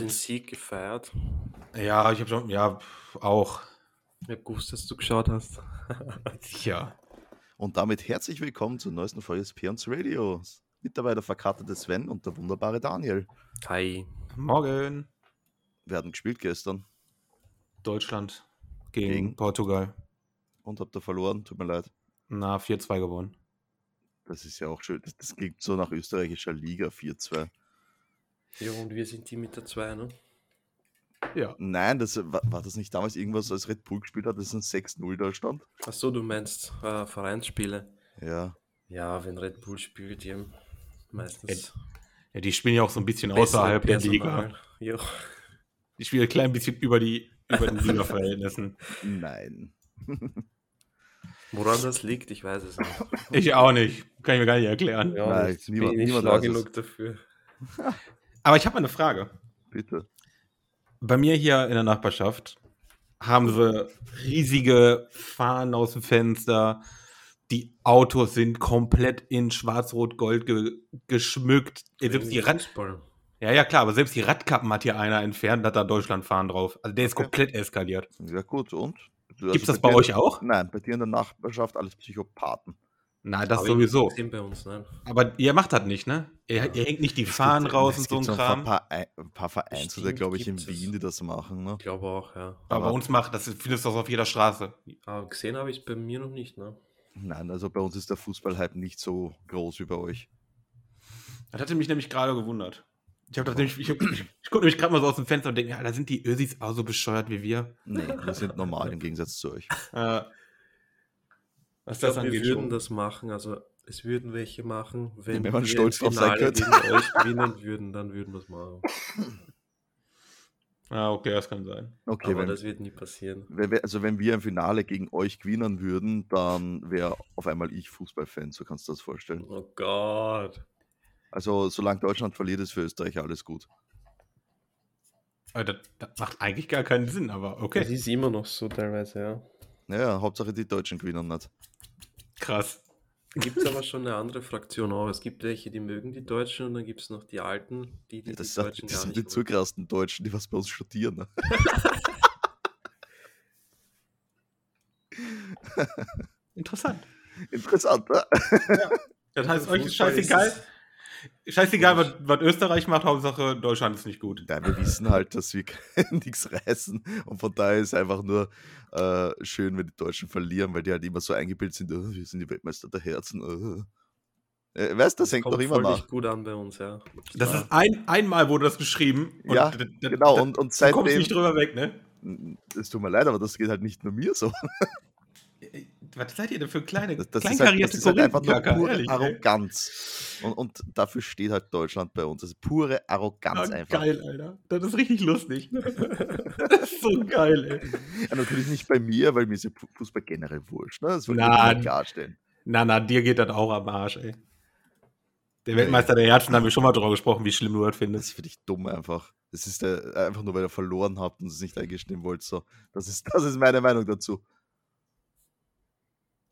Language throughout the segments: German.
den Sieg gefeiert. Ja, ich habe schon, ja, pf, auch. Ich hab gewusst, dass du geschaut hast. Ja. Und damit herzlich willkommen zur neuesten Folge des Peons Radios. Mit dabei der verkartete Sven und der wunderbare Daniel. Hi. Morgen. Wir hatten gespielt gestern Deutschland gegen, Gegen? Portugal. und habt da verloren. Tut mir leid. Na, 4-2 gewonnen. Das ist ja auch schön. Das, das klingt so nach österreichischer Liga 4-2. Ja, und wir sind die mit der 2, ne? Ja. Nein, das, war, war das nicht damals irgendwas, als Red Bull gespielt hat, dass ein 6-0 da stand? Achso, du meinst äh, Vereinsspiele. Ja. Ja, wenn Red Bull spielt, die haben meistens Ja, die spielen ja auch so ein bisschen bessere außerhalb der Personal. Liga. Ja. Die spielen ein klein bisschen über die über den Liga-Verhältnissen. Nein. Woran das liegt, ich weiß es nicht. Ich auch nicht. Kann ich mir gar nicht erklären. Ja, Nein, ich niemand- bin nicht niemand schlau weiß es. genug dafür. Aber ich habe eine Frage. Bitte. Bei mir hier in der Nachbarschaft haben sie riesige Fahnen aus dem Fenster. Die Autos sind komplett in Schwarz-Rot-Gold ge geschmückt. Selbst die Rad Fußball. ja, ja, klar, aber selbst die Radkappen hat hier einer entfernt und hat da Deutschlandfahren drauf. Also der ist Okay. komplett eskaliert. Ja, gut, und? Gibt's das bei dir- euch auch? Nein, bei dir in der Nachbarschaft alles Psychopathen. Nein, das Aber sowieso. die Sind bei uns, ne? nein. Aber ihr macht das nicht, ne? Ihr, ihr hängt nicht die Fahnen gibt- raus es und so ein gibt Kram. Ein paar, Ei- ein paar Vereinzelte, Bestimmt glaube ich, in gibt's es. Wien, die das machen. Ne? Ich glaube auch, ja. aber bei aber- uns macht das, findest du das auf jeder Straße. Aber gesehen habe ich es bei mir noch nicht, ne? Nein, also bei uns ist der Fußballhype nicht so groß wie bei euch. Das hatte mich nämlich gerade gewundert. Ich, hab das nämlich, ich, ich gucke nämlich gerade mal so aus dem Fenster und denke, ja, da sind die Ösis auch so bescheuert wie wir. Nee, wir sind normal im Gegensatz zu euch. Äh, was Ich glaub, das wir angeht. würden Schon. das machen, also es würden welche machen, wenn, Wenn man wir stolz im drauf sein Finale könnte. gegen euch gewinnen würden, dann würden wir es machen. Ah, okay, das kann sein. Okay, Aber wenn, das wird nie passieren. wenn wir, also wenn wir im Finale gegen euch gewinnen würden, dann wäre auf einmal ich Fußballfan, so kannst du das vorstellen. Oh Gott. Also solange Deutschland verliert, ist für Österreich alles gut. Aber das, das macht eigentlich gar keinen Sinn, aber okay. ist immer noch so teilweise, ja. Naja, Hauptsache die Deutschen gewinnen nicht. Krass. Gibt es aber schon eine andere Fraktion auch. Es gibt welche, die mögen die Deutschen und dann gibt es noch die Alten, die die, Ja, das die sind, Deutschen das gar sind die nicht mögen. zuckersten Deutschen, die was bei uns studieren. Ne? Interessant. Interessant, ne? Das heißt, euch ist Fußball ist scheißegal. Scheißegal, was, was Österreich macht, Hauptsache Deutschland ist nicht gut. Nein, wir wissen halt, dass wir nichts reißen. Und von daher ist einfach nur äh, schön, wenn die Deutschen verlieren, weil die halt immer so eingebildet sind, oh, wir sind die Weltmeister der Herzen. Oh. Äh. Äh, weißt du, das hängt Kommt noch immer voll nach. nicht gut an bei uns, ja. Das Ja. ist ein, einmal wurde das beschrieben. Ja, d- d- Genau, d- und, und du kommst seitdem. nicht drüber weg, ne? Es tut mir leid, aber das geht halt nicht nur mir so. Was seid ihr denn für kleine, Das, das ist halt, das kleinkarierte ist halt einfach nur Korinthenjacker, pure ehrlich, ey. Arroganz. Und, und dafür steht halt Deutschland bei uns. Das ist pure Arroganz Ah, einfach. Geil, Alter. Das ist richtig lustig. das ist so geil, ey. Ja, natürlich nicht bei mir, weil mir ist ja Fu- Fußball generell wurscht. Ne? Das wollte ich Nein. mal klarstellen. Na, na, dir geht das auch am Arsch, ey. Der Weltmeister der Herzen, da haben wir schon mal drüber gesprochen, wie schlimm du das Das findest. finde ich dumm einfach. Das ist der, einfach nur, weil ihr verloren habt und es nicht eingestehen wollt. So. Das, ist, das ist meine Meinung dazu.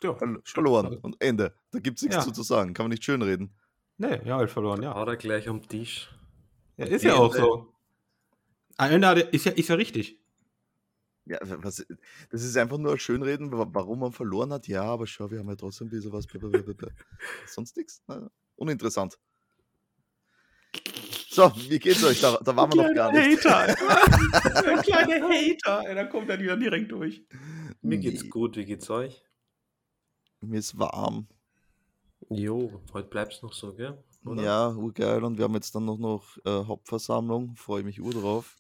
Ja, Verl- Verloren und Ende. Da gibt es nichts Ja. zu, zu sagen. Kann man nicht schönreden. Nee, ja, halt verloren, ja. Haut er gleich am Tisch. ja ist ja auch so. Am Ende hat er- ist ja, ist ja richtig. Ja, was, das ist einfach nur Schönreden, wa- warum man verloren hat. Ja, aber schau, wir haben ja trotzdem ein bisschen was. blablabla. Sonst nichts. Na, Uninteressant. So, wie geht's euch? Da, da waren wir noch gar nicht. Hater. Der kleine Hater. Da kommt er wieder direkt durch. Mir geht's Nee, gut, wie geht's euch? Mir ist warm. Jo, heute bleibt's noch so, gell? Oder? Ja, urgeil. Und wir haben jetzt dann noch, noch äh, Hauptversammlung. Freue mich ur drauf.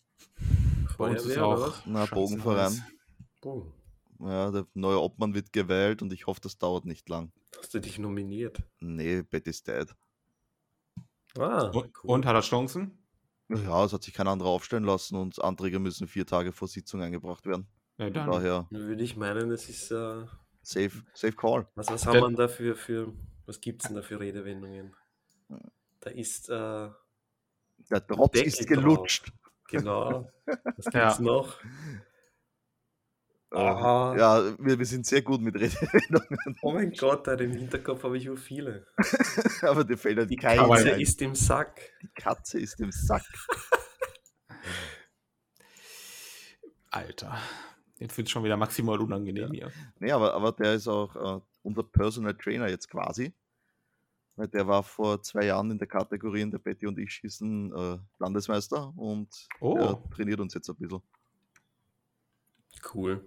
Bei uns ist Feuerwehr oder auch was? Na, Scheiße Bogenverein. Boom. Ja, der neue Obmann wird gewählt und ich hoffe, das dauert nicht lang. Hast du dich nominiert? Nee, Betty's dead. Ah, Und, cool. und hat er Chancen? Ja, es hat sich kein anderer aufstellen lassen und Anträge müssen vier Tage vor Sitzung eingebracht werden. Ja, Von dann. daher, Dann würde ich meinen, das ist. Äh, safe, safe call. was was haben Dann- wir denn da für, für. Was gibt's denn da für Redewendungen? Da ist. Äh, Der Tropf Deckel ist gelutscht. genau. Was gibt's Ja. noch? Äh, Aha. Ja, wir, wir sind sehr gut mit Redewendungen, Oh mein Gott, da im Hinterkopf habe ich nur viele. aber dir fällt halt Die kein Katze ein. ist im Sack. Die Katze ist im Sack. Alter. Jetzt wird es schon wieder maximal unangenehm hier. Nee, aber, aber der ist auch äh, unser Personal Trainer jetzt quasi. Weil der war vor zwei Jahren in der Kategorie, in der Betty und ich schießen äh, Landesmeister und Oh. er trainiert uns jetzt ein bisschen. Cool.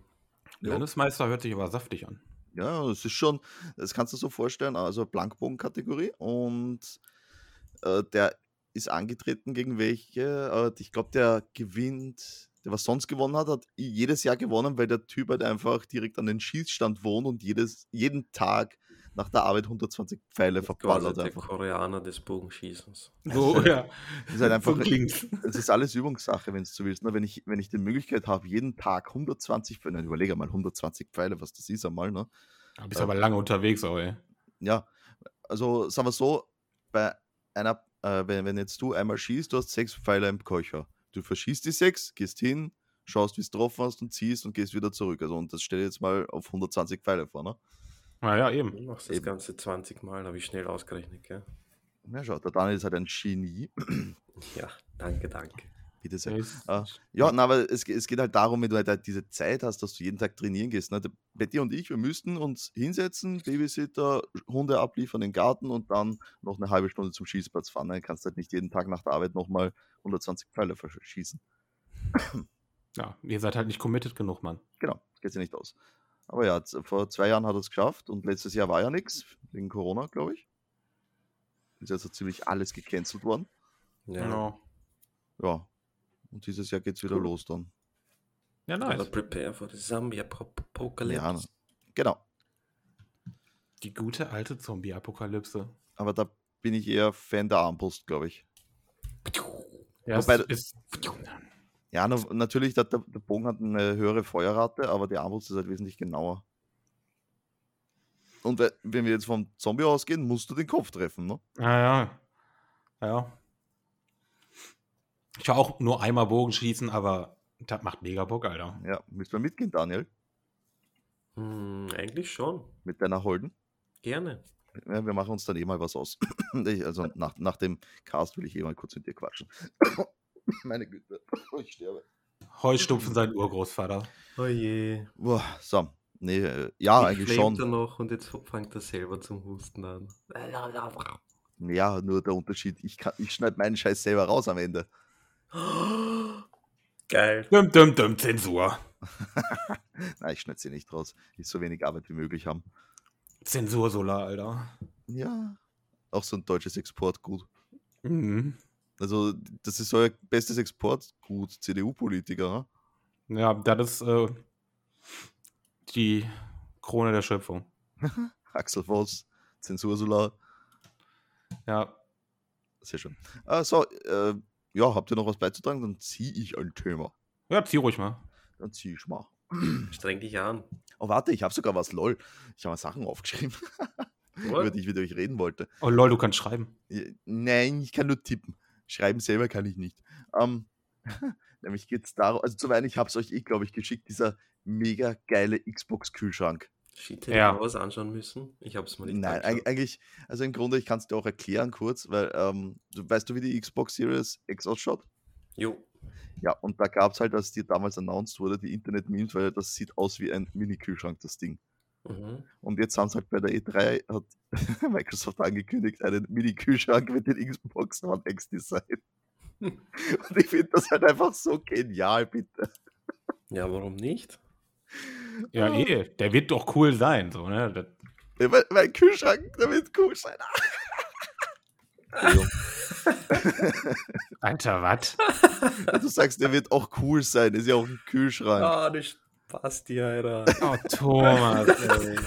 Jo. Landesmeister hört sich aber saftig an. Ja, das ist schon, das kannst du so vorstellen, also Blankbogenkategorie und äh, der ist angetreten gegen welche, äh, ich glaube, der gewinnt, der was sonst gewonnen hat, hat i- jedes Jahr gewonnen, weil der Typ halt einfach direkt an den Schießstand wohnt und jedes, jeden Tag nach der Arbeit 120 Pfeile Quasi verballert der einfach. Koreaner des Bogenschießens. So, ja. Das ist halt so einfach, klingt's. es ist alles Übungssache, wenn du so willst. Ne? Wenn, ich, wenn ich die Möglichkeit habe, jeden Tag 120 Pfeile, nein, überlege mal, 120 Pfeile, was das ist einmal, ne? Da bist aber lange unterwegs, auch, ey. ja, also sagen wir so, bei einer, äh, wenn, wenn jetzt du einmal schießt, du hast sechs Pfeile im Köcher. Du verschießt die sechs, gehst hin, schaust, wie es drauf hast und ziehst und gehst wieder zurück. Also, und das stelle ich jetzt mal auf 120 Pfeile vor, ne? Naja, eben. Du machst das Eben. Ganze 20 Mal, habe ich schnell ausgerechnet, gell? Na schau, der Daniel ist halt ein Genie. Ja, danke, danke. Bitte sehr. Ist- Ah, Ja, na, aber es, ge- es geht halt darum, wenn du halt, halt diese Zeit hast, dass du jeden Tag trainieren gehst. Ne? Betty und ich, wir müssten uns hinsetzen, Babysitter, Hunde abliefern in den Garten und dann noch eine halbe Stunde zum Schießplatz fahren. Dann kannst du halt nicht jeden Tag nach der Arbeit nochmal 120 Pfeile verschießen. ja, ihr seid halt nicht committed genug, Mann. Genau, das geht ja nicht aus. Aber ja, z- vor zwei Jahren hat er es geschafft und letztes Jahr war ja nichts, wegen Corona, glaube ich. Ist jetzt so ziemlich alles gecancelt worden. Ja, Genau. Ja. Und dieses Jahr geht es wieder Cool. los dann. Ja, Gotta Also- nice. prepare for the zombie ap- Ja, ne. apocalypse. Genau. Die gute alte Zombie-Apokalypse. Aber da bin ich eher Fan der Armbrust, glaube ich. Ja, es Wobei- ist, Ja, na, natürlich, der, der der Bogen hat eine höhere Feuerrate, aber die Armbrust ist halt wesentlich genauer. Und we- wenn wir jetzt vom Zombie ausgehen, musst du den Kopf treffen, ne? naja. Ja. Ich war auch nur einmal Bogenschießen, aber das macht mega Bock, Alter. Ja, müssen wir mitgehen, Daniel, Hm, eigentlich schon. mit deiner Holden. Gerne. Ja, wir machen uns dann eh mal was aus. Ich- Also nach, nach dem Cast will ich eh mal kurz mit dir quatschen. Meine Güte, ich sterbe. Heustupfen sein Urgroßvater. Oh je. Boah, so. Nee, äh, ja, eigentlich schon. er noch und jetzt fängt er selber zum Husten an. Ja, nur der Unterschied, ich, kann- ich schneide meinen Scheiß selber raus am Ende. Geil. Dum, dum, dum, Zensur. Nein, ich schneide sie nicht raus. Ich so wenig Arbeit wie möglich haben. Zensur, Solar, Alter. Ja. Auch so ein deutsches Exportgut. Mhm. Also, das ist euer bestes Exportgut, CDU-Politiker. ne? Ja, das ist äh, die Krone der Schöpfung. Axel Voss, Zensursula, Ja, sehr schön. Ah, so, äh, ja, habt ihr noch was beizutragen? Dann ziehe ich ein Thema. ja zieh ruhig mal. Dann ziehe ich mal. Streng dich an. Oh, warte, ich habe sogar was, lol. Ich habe mal Sachen aufgeschrieben, über What? die ich mit euch reden wollte. Oh lol, du kannst schreiben. Ja, Nein, ich kann nur tippen. Schreiben selber kann ich nicht. Ähm, nämlich geht es darum, also zum einen, ich habe es euch eh, glaube ich, geschickt, dieser mega geile Xbox-Kühlschrank. Shit, hätte Ja. ich mir was anschauen müssen. Ich hab's mir nicht Nein, eig- angeschaut. eigentlich, also im Grunde, ich kann es dir auch erklären kurz, weil ähm, du weißt du, wie die Xbox Series X ausschaut? Jo. Ja, und da gab es halt, als die damals announced wurde, die Internet-Memes, weil das sieht aus wie ein Mini-Kühlschrank, das Ding. Mhm. Und jetzt haben es halt bei der E3 hat Microsoft angekündigt, einen Mini-Kühlschrank mit den Xbox One X-Design. Hm. Und ich finde das halt einfach so genial, bitte. Ja, warum nicht? Ja, eh, der wird doch cool sein. So, ne? das, Ja, Mein, mein Kühlschrank, der wird cool sein. Entschuldigung. Alter, was? du sagst, der wird auch cool sein, ist ja auch ein Kühlschrank. Ah, das passt dir, Alter. Oh, Thomas. Ey.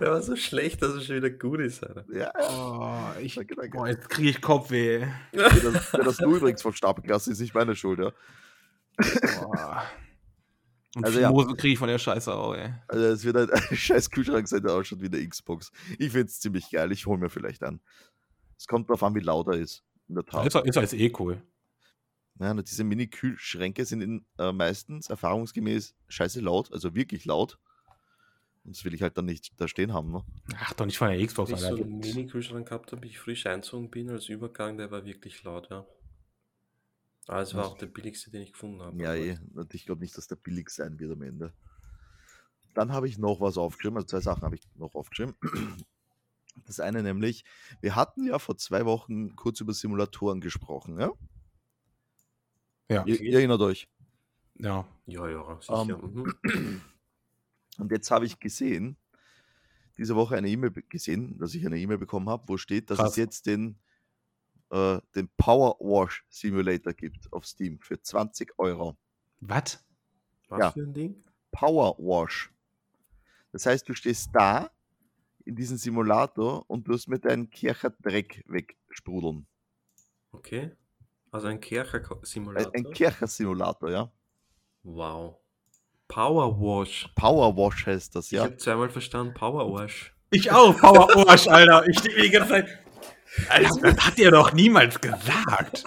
Der war so schlecht, dass er schon wieder gut ist, Alter. Ja, Oh, ich, Danke, danke. boah, jetzt kriege ich Kopfweh. Ja, das, ja, das du übrigens vom Stapel gelassen hast, ist nicht meine Schuld, ja. Boah. Und Also also, ja. kriege ich von der Scheiße auch, ey. Also es wird halt ein scheiß Kühlschrank sein, der ausschaut wie eine Xbox. Ich find's ziemlich geil, ich hol mir vielleicht an. Es kommt drauf an, wie laut er ist. In der Tat. Ist, doch- ist doch jetzt eh cool. Ja, nur diese Mini-Kühlschränke sind in, äh, meistens erfahrungsgemäß scheiße laut, also wirklich laut. Und das will ich halt dann nicht da stehen haben, ne? Ach, doch nicht von der Xbox, Als ich so Alter. einen Mini-Kühlschrank gehabt habe, ich frisch einzogen bin als Übergang, der war wirklich laut, ja. Ah, es war auch der billigste, den ich gefunden habe. Ja, aber eh. Und ich glaube nicht, dass der billig sein wird am Ende. Dann habe ich noch was aufgeschrieben, also zwei Sachen habe ich noch aufgeschrieben. Das eine nämlich, wir hatten ja vor zwei Wochen kurz über Simulatoren gesprochen, ja? Ja. Ihr, ihr erinnert euch. Ja. Ja, ja, sicher. Ähm, mhm. Und jetzt habe ich gesehen, diese Woche eine E-Mail be- gesehen, dass ich eine E-Mail bekommen habe, wo steht, dass Krass. es jetzt den, äh, den Power Wash Simulator gibt auf Steam für 20 Euro. Was? Was ja. für ein Ding? Power Wash. Das heißt, du stehst da in diesem Simulator und du hast mit deinen Kircher Dreck wegsprudeln. Okay. Also ein Kercher-Simulator. Äh, Ein, ein Kircher Simulator, ja. wow. Power Wash. Power Wash heißt das, Ich ja. habe zweimal verstanden, Power Wash. Ich auch, Power Orsch, Alter. Ich stehe die ganze Zeit. Alter, das hat ihr doch niemals gesagt.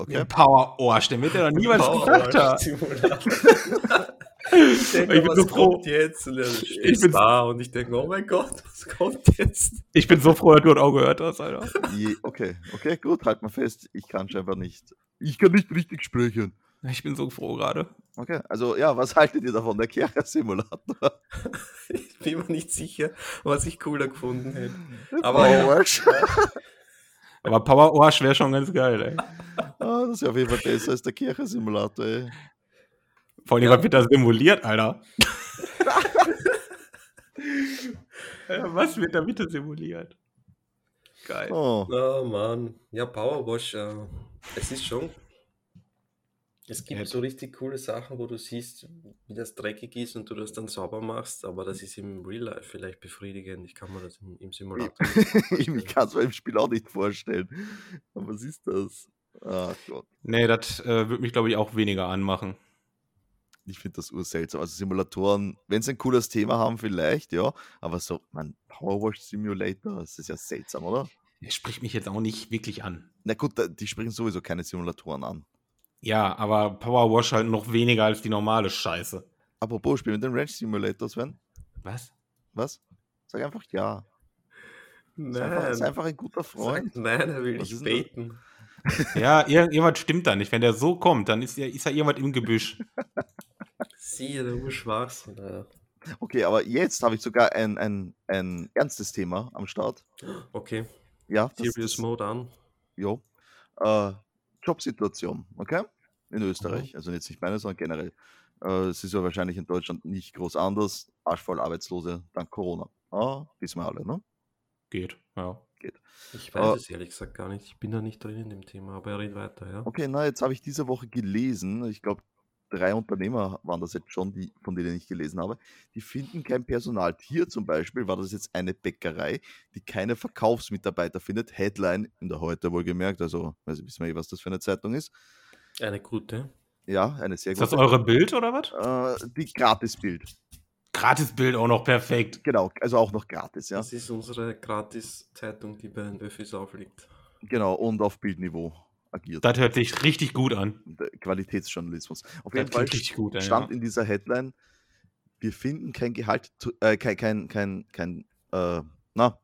Okay. Power Orsch, den wird er doch niemals gesagt haben. Simulator. ich denke, Ich bin was so froh. kommt jetzt? Und dann stehst Ich bin- da und ich denke, oh mein Gott, was kommt jetzt? Ich bin so froh, dass du das auch gehört hast, Alter. Je, okay, okay, gut, halt mal fest. Ich kann scheinbar nicht. Ich kann nicht richtig sprechen. Ich bin so froh gerade. Okay, also ja, was haltet ihr davon? Der Kircher Simulator. Ich bin mir nicht sicher, was ich cooler gefunden hätte. Aber Power Oh, ja. Wash. Aber Power Orsch wäre schon ganz geil, ey. Ah, das ist ja auf jeden Fall besser als der eh. Kircher Simulator, ey. Vor allem, was wird da simuliert, Alter? Alter, was wird da bitte simuliert? Geil. Oh. Oh Mann. Ja, Powerwash, äh, es ist schon. Es gibt Ja. so richtig coole Sachen, wo du siehst, wie das dreckig ist und du das dann sauber machst, aber das ist im Real Life vielleicht befriedigend. Ich kann mir das im, im Simulator. ich kann es mir im Spiel auch nicht vorstellen. Aber was ist das? Ach Gott. Nee, das äh, würde mich, glaube ich, auch weniger anmachen. Ich finde das urseltsam. Also Simulatoren, wenn sie ein cooles Thema haben, vielleicht, ja. Aber so, man, Powerwash Simulator, das ist ja seltsam, oder? Er spricht mich jetzt auch nicht wirklich an. Na gut, da- die sprechen sowieso keine Simulatoren an. Ja, aber Power Wash halt noch weniger als die normale Scheiße. Apropos, spielen wir den Ranch Simulator, Sven? Was? Was? Sag einfach ja. Sei einfach, sei Nein, einfach ein guter Freund. nein, er will Was nicht ist denn das? beten. Ja, ir irgendwas stimmt da nicht. Wenn der so kommt, dann ist ja, ist ja irgendwas im Gebüsch. Siehe, der Äh, Urschwachsinn. Alter. Okay, aber jetzt habe ich sogar ein, ein, ein ernstes Thema am Start. Okay, Ja, das, Serious Mode an. Jo. Äh, Jobsituation, okay? In Österreich. Also jetzt nicht meine, sondern generell. Äh, es ist ja wahrscheinlich in Deutschland nicht groß anders. Arschvoll Arbeitslose dank Corona. Ah, wissen wir alle, ne? Geht, ja. Ich Ah. weiß es ehrlich gesagt gar nicht. Ich bin da nicht drin in dem Thema, aber red weiter, ja. Okay, na, jetzt habe ich diese Woche gelesen, ich glaube, drei Unternehmer waren das jetzt schon, die, von denen ich gelesen habe, die finden kein Personal. Hier zum Beispiel war das jetzt eine Bäckerei, die keine Verkaufsmitarbeiter findet. Headline in der Heute wohlgemerkt, also weiß, wissen wir eh, was das für eine Zeitung ist. Eine gute. Ja, eine sehr Ist das gute. eure Bild oder was? Äh, die Gratisbild. Gratisbild auch noch perfekt. Genau, also auch noch gratis, ja. Das ist unsere Gratis-Zeitung, die bei den Öffis aufliegt. Genau, und auf Bildniveau agiert. Das hört sich richtig gut an. Der Qualitätsjournalismus. Auf Das jeden Fall klingt richtig gut an. stand Ja. in dieser Headline, wir finden kein Gehalt, zu- äh, kein, kein, kein, kein, äh, na,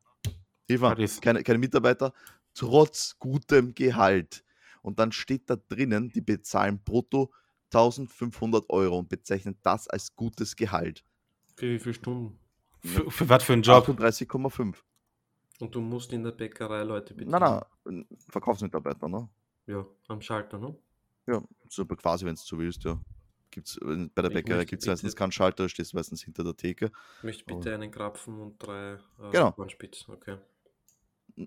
Hilfe, Gratis. keine, keine Mitarbeiter, trotz gutem Gehalt. Und dann steht da drinnen, die bezahlen brutto 1500 Euro und bezeichnen das als gutes Gehalt. Ne? Für wie viele Stunden? Für, für was für einen Job? 38,5. Und du musst in der Bäckerei Leute bedienen. Na, na, Verkaufsmitarbeiter, ne? Ja, am Schalter, ne? Ja, super quasi, wenn es du willst, ja. Gibt's, äh, bei der Ich Bäckerei möchte gibt es bitte- meistens keinen Schalter, da stehst du meistens hinter der Theke. Ich möchte bitte einen Krapfen und drei äh, Genau. Kornspitzen, okay.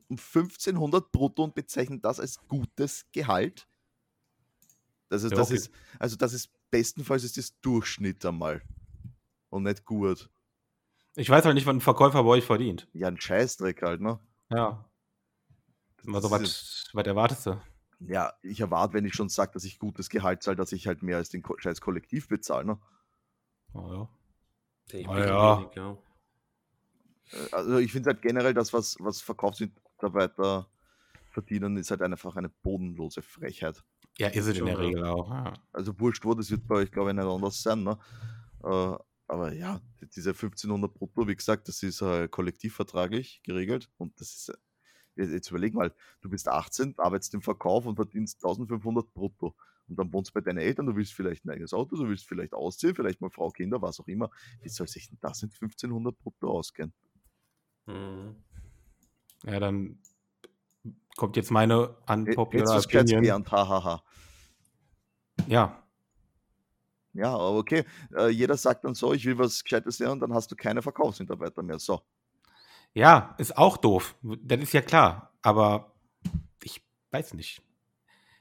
Um 1500 brutto und bezeichnen das als gutes Gehalt. Das ist, Ja, das okay. ist, also das ist bestenfalls ist das Durchschnitt einmal. Und nicht gut. Ich weiß halt nicht, was ein Verkäufer bei euch verdient. Ja, ein Scheißdreck halt, ne? Ja. Also, Das was, was erwartest du? Ja, ich erwarte, wenn ich schon sage, dass ich gutes Gehalt zahle, dass ich halt mehr als den Ko scheiß Kollektiv bezahle, ne? Oh, ja. Ich Ah, ja. Wenig, ja. Äh, Also ich finde halt generell das, was, was Verkaufsmitarbeiter verdienen, ist halt einfach eine bodenlose Frechheit. ja, ist es Schon, in der ja. Regel auch. Ja. Also wurscht wo, das wird bei euch, glaube ich, nicht anders sein. Ne? Äh, aber ja, diese 1500 brutto, wie gesagt, das ist äh, kollektivvertraglich geregelt und das ist, äh, Jetzt überleg mal, du bist 18, arbeitest im Verkauf und verdienst 1500 brutto. Und dann wohnst du bei deinen Eltern, du willst vielleicht ein eigenes Auto, du willst vielleicht ausziehen, vielleicht mal Frau, Kinder, was auch immer. Wie soll sich denn das in 1500 brutto ausgehen? Mhm. Ja, dann kommt jetzt meine Äh, Jetzt unpopular ist es Opinion. gelernt, hahaha. Ja, Ja, aber okay. Äh, jeder sagt dann so, ich will was Gescheites lernen, dann hast du keine Verkaufsmitarbeiter mehr. So. ja, ist auch doof. Das ist ja klar. Aber ich weiß nicht.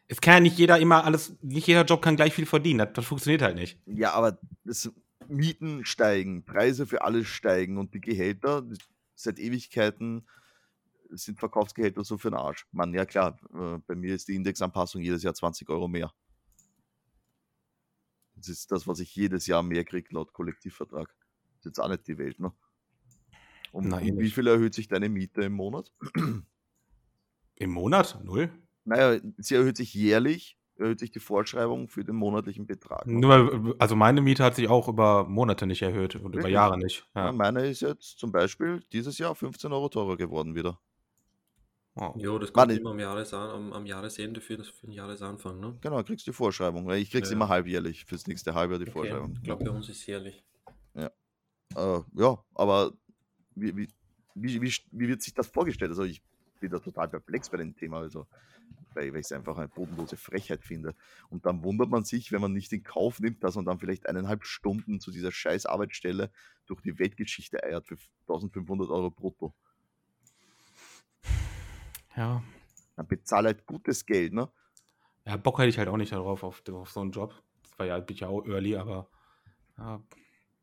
Es kann ja nicht jeder immer alles, nicht jeder Job kann gleich viel verdienen. Das, das funktioniert halt nicht. Ja, aber das Mieten steigen, Preise für alles steigen und die Gehälter die- seit Ewigkeiten sind Verkaufsgehälter so für den Arsch. Mann, ja klar, äh, bei mir ist die Indexanpassung jedes Jahr 20 Euro mehr. Das ist das, was ich jedes Jahr mehr kriege laut Kollektivvertrag. ist jetzt auch nicht die Welt, ne? Und Na, eh um wie nicht. viel erhöht sich deine Miete im Monat? Im Monat? Null? Naja, sie erhöht sich jährlich, erhöht sich die Vorschreibung für den monatlichen Betrag. ne? Nur, also meine Miete hat sich auch über Monate nicht erhöht und über Wirklich? Jahre nicht. Ja. Ja. Meine ist jetzt zum Beispiel dieses Jahr 15 Euro teurer geworden wieder. Wow. Jo, das kommt Warte. immer am, Jahresan am, am Jahresende für, das, für den Jahresanfang, ne? Genau, kriegst die Vorschreibung. weil Ich krieg's Ja. immer halbjährlich fürs nächste Halbjahr die Vorschreibung. Ich glaube, bei uns ist jährlich. Äh, ja, aber wie, wie, wie, wie, wie wird sich das vorgestellt? Also ich bin da total perplex bei dem Thema, also weil, weil ich es einfach eine bodenlose Frechheit finde. Und dann wundert man sich, wenn man nicht in Kauf nimmt, dass man dann vielleicht eineinhalb Stunden zu dieser scheiß Arbeitsstelle durch die Weltgeschichte eiert für 1500 Euro brutto. Ja. Dann bezahl halt gutes Geld, ne? ja, Bock hätte ich halt auch nicht darauf, auf, auf so einen Job. Das war ja, bin ich ja auch early, aber ja,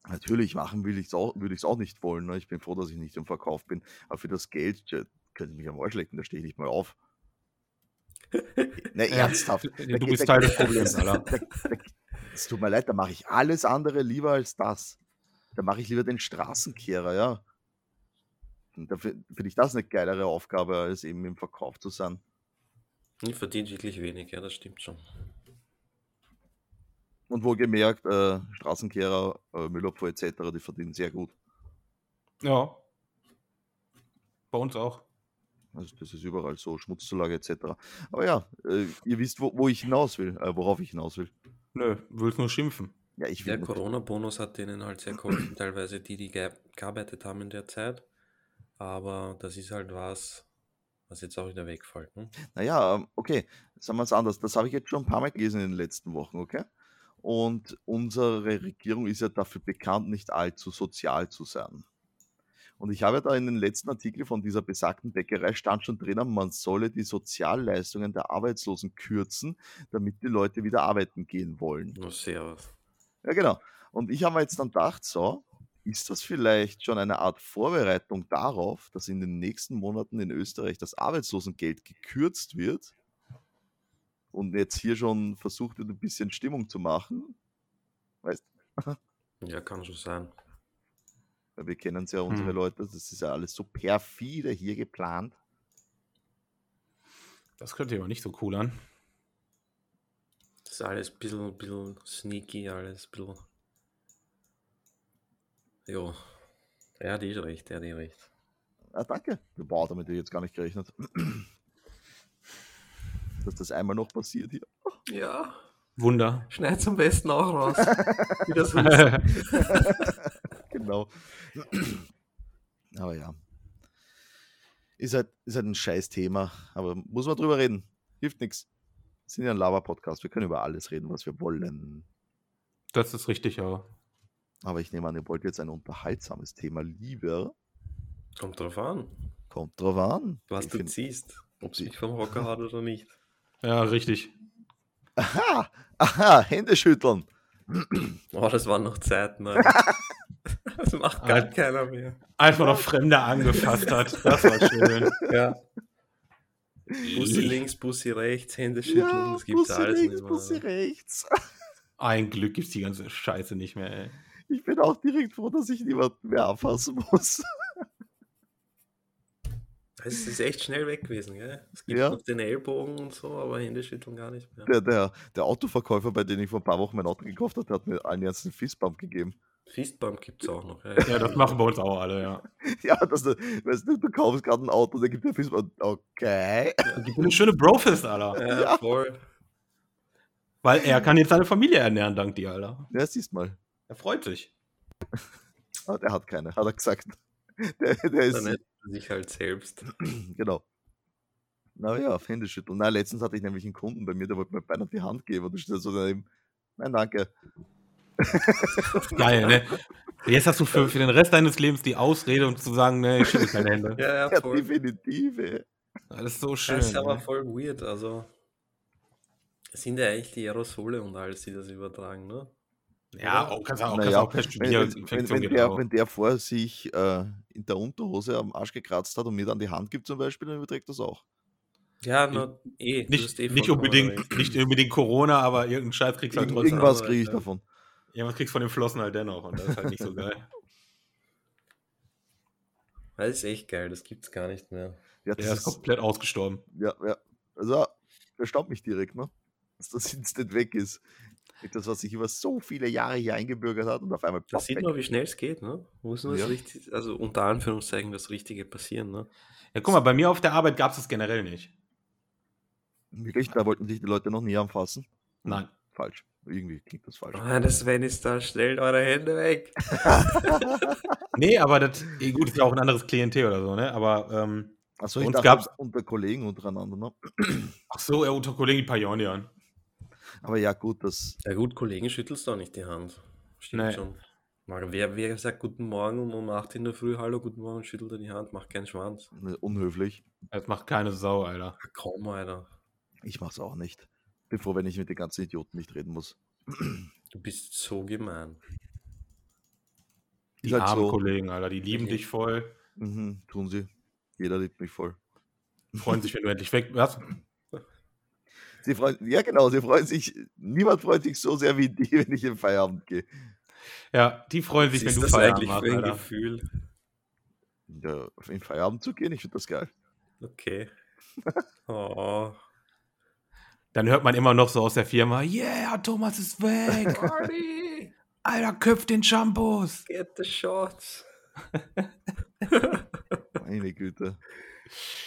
Natürlich machen will ich es auch, würde ich es auch nicht wollen. Ne? Ich bin froh, dass ich nicht im Verkauf bin. Aber für das Geld tja, könnte ich mich am Arsch lecken, da stehe ich nicht mal auf. Na, ernsthaft. Da du geht- bist da- Teil des Problems, Alter. Es tut mir leid, da mache ich alles andere lieber als das. Da mache ich lieber den Straßenkehrer, ja. Und da fi- finde ich das eine geilere Aufgabe, als eben im Verkauf zu sein. Ich verdiene Hm, wirklich wenig, ja, das stimmt schon. Und wohlgemerkt, äh, Straßenkehrer, äh, Müllopfer etc., die verdienen sehr gut. Ja. Bei uns auch. Also das ist überall so, Schmutzzulage etc. Aber ja, äh, ihr wisst, wo, wo ich hinaus will, äh, worauf ich hinaus will. Nö, willst nur schimpfen. Ja, ich will Der nicht. Corona-Bonus hat denen halt sehr geholfen, teilweise die, die ge- gearbeitet haben in der Zeit. Aber das ist halt was, was jetzt auch wieder wegfällt. Ne? Naja, ähm, okay, sagen wir es anders. Das habe ich jetzt schon ein paar Mal gelesen in den letzten Wochen, okay? Und unsere Regierung ist ja dafür bekannt, nicht allzu sozial zu sein. Und ich habe ja da in den letzten Artikel von dieser besagten Bäckerei stand schon drin, man solle die Sozialleistungen der Arbeitslosen kürzen, damit die Leute wieder arbeiten gehen wollen. Nur sehr was. Ja, genau. Und ich habe mir jetzt dann gedacht, so, ist das vielleicht schon eine Art Vorbereitung darauf, dass in den nächsten Monaten in Österreich das Arbeitslosengeld gekürzt wird und jetzt hier schon versucht wird, ein bisschen Stimmung zu machen? Weißt Ja, kann schon sein. weil wir kennen ja unsere Hm. Leute, das ist ja alles so perfide hier geplant. Das könnte ja auch nicht so cool an. Das ist alles ein bisschen, ein bisschen sneaky, alles ein bisschen. Jo. Er hat eh recht, er hat eh recht. Ah, danke. Wow, damit hätte ich jetzt gar nicht gerechnet. Dass das einmal noch passiert hier. Ja, Wunder. schneid's am besten auch raus. Wie das genau. Aber ja. Ist halt, ist halt ein scheiß Thema, aber muss man drüber reden. Hilft nichts. Sind ja ein Lava-Podcast, wir können über alles reden, was wir wollen. das ist richtig, aber. Aber ich nehme an, ihr wollt jetzt ein unterhaltsames Thema lieber. Kommt drauf an, Kommt drauf an. was Ich du find- ziehst. Ob sie dich vom Hocker hat oder nicht. Ja, richtig. aha, aha, Hände schütteln. Oh, das waren noch Zeiten, Alter. Das macht gar Alter. keiner mehr. Einfach noch Fremde angefasst hat. Das war schön. Ja. Bussi links, Bussi rechts, Hände schütteln, das gibt's Bussi alles links, nicht Bussi mehr. rechts. Ein Glück gibt's die ganze Scheiße nicht mehr, ey. Ich bin auch direkt froh, dass ich niemanden mehr anfassen muss. Es ist echt schnell weg gewesen, gell? Es gibt Ja. noch den Ellbogen und so, aber Händeschütteln gar nicht mehr. Der, der, der Autoverkäufer, bei dem ich vor ein paar Wochen mein Auto gekauft habe, der hat mir allen Ernst einen Fistbump gegeben. Fistbump gibt es auch noch. Ja, Ja, das machen bei uns auch alle, ja. Ja, das, du- weißt du, du kaufst gerade ein Auto, da gibt es Fistbump. Okay. Gibt eine schöne Brofist, Alter. Ja, Ja. voll. Weil er kann jetzt seine Familie ernähren, dank dir, Alter. Ja, siehst mal. Er freut sich. Ah, der hat keine, hat er gesagt. Der, der ist, Dann hält er sich halt selbst. genau. Naja, auf Hände schütteln. Na, letztens hatte ich nämlich einen Kunden bei mir, der wollte mir beinahe die Hand geben und ich stehe so daneben. Nein, danke. Geil, ne? Jetzt hast du für, für den Rest deines Lebens die Ausrede, um zu sagen, ne, ich schüttel keine Hände. Ja, Ja, ja, voll. definitiv. ey. Das ist so schön. Das ist aber Ne? voll weird. Also es sind ja eigentlich die Aerosole und alles, die das übertragen, ne? Ja, auch, kannst du auch, kannst Naja, auch per Wenn, wenn, wenn, Infektion wenn, geht der, auch. wenn der vor sich äh, in der Unterhose am Arsch gekratzt hat und mir dann die Hand gibt zum Beispiel, dann überträgt das auch. Ja, na, eh. das Nicht, ist eh nicht, vollkommen unbedingt, recht. nicht unbedingt Corona, aber irgendeinen Scheiß kriegst du halt Irgend, trotzdem. irgendwas andere, kriege ich ja. davon. Irgendwas kriegst du von den Flossen halt dennoch und das ist halt nicht so geil. Das ist echt geil, das gibt's gar nicht mehr. Ja, das Der ist ist, komplett ausgestorben. ja, ja. Also, verstaubt mich direkt, ne? Dass das instant weg ist. Das, was sich über so viele Jahre hier eingebürgert hat und auf einmal Da sieht weg. man, wie schnell es geht, ne? Muss nur Ja. das richtig, also unter Anführungszeichen das Richtige passieren, ne? Ja, guck mal, bei mir auf der Arbeit gab es das generell nicht. Wirklich, da wollten sich die Leute noch nie anfassen. Nein. Falsch. Irgendwie klingt das falsch. Ah, das Sven ist da, stellt eure Hände weg. Nee, aber das, eh, gut, ist ja auch ein anderes Klientel oder so, ne? Aber, ähm, Achso, Bei ich uns dachte gab's- unter Kollegen untereinander. Ne? ach so, ja, unter Kollegen die Pajonian. Aber ja, gut, das. Ja gut, Kollegen schüttelst du auch nicht die Hand. Stimmt Nee. schon. Mag- Wer, wer sagt Guten Morgen um, um 8 in der Früh, hallo, guten Morgen, schüttelt er die Hand, macht keinen Schwanz. Ne, unhöflich. Das macht keine Sau, Alter. Ja, Komm, Alter. Ich mach's auch nicht. Bin froh, wenn ich mit den ganzen Idioten nicht reden muss. Du bist so gemein. Die Ist halt armen so. Kollegen, Alter, die lieben Mhm. dich voll, Mhm, tun sie. Jeder liebt mich voll. freuen sich, wenn du endlich weg was? Sie freuen, ja, genau, sie freuen sich. Niemand freut sich so sehr wie die, wenn ich in Feierabend gehe. Ja, die freuen sich, wenn ist du das eigentlich Feierabend machst, für ein Alter. Gefühl? Ja, in Feierabend zu gehen, ich finde das geil. Okay. Oh. Dann hört man immer noch so aus der Firma, yeah, Thomas ist weg. Party! Alter, köpf den Shampoos. Get the shots! Meine Güte.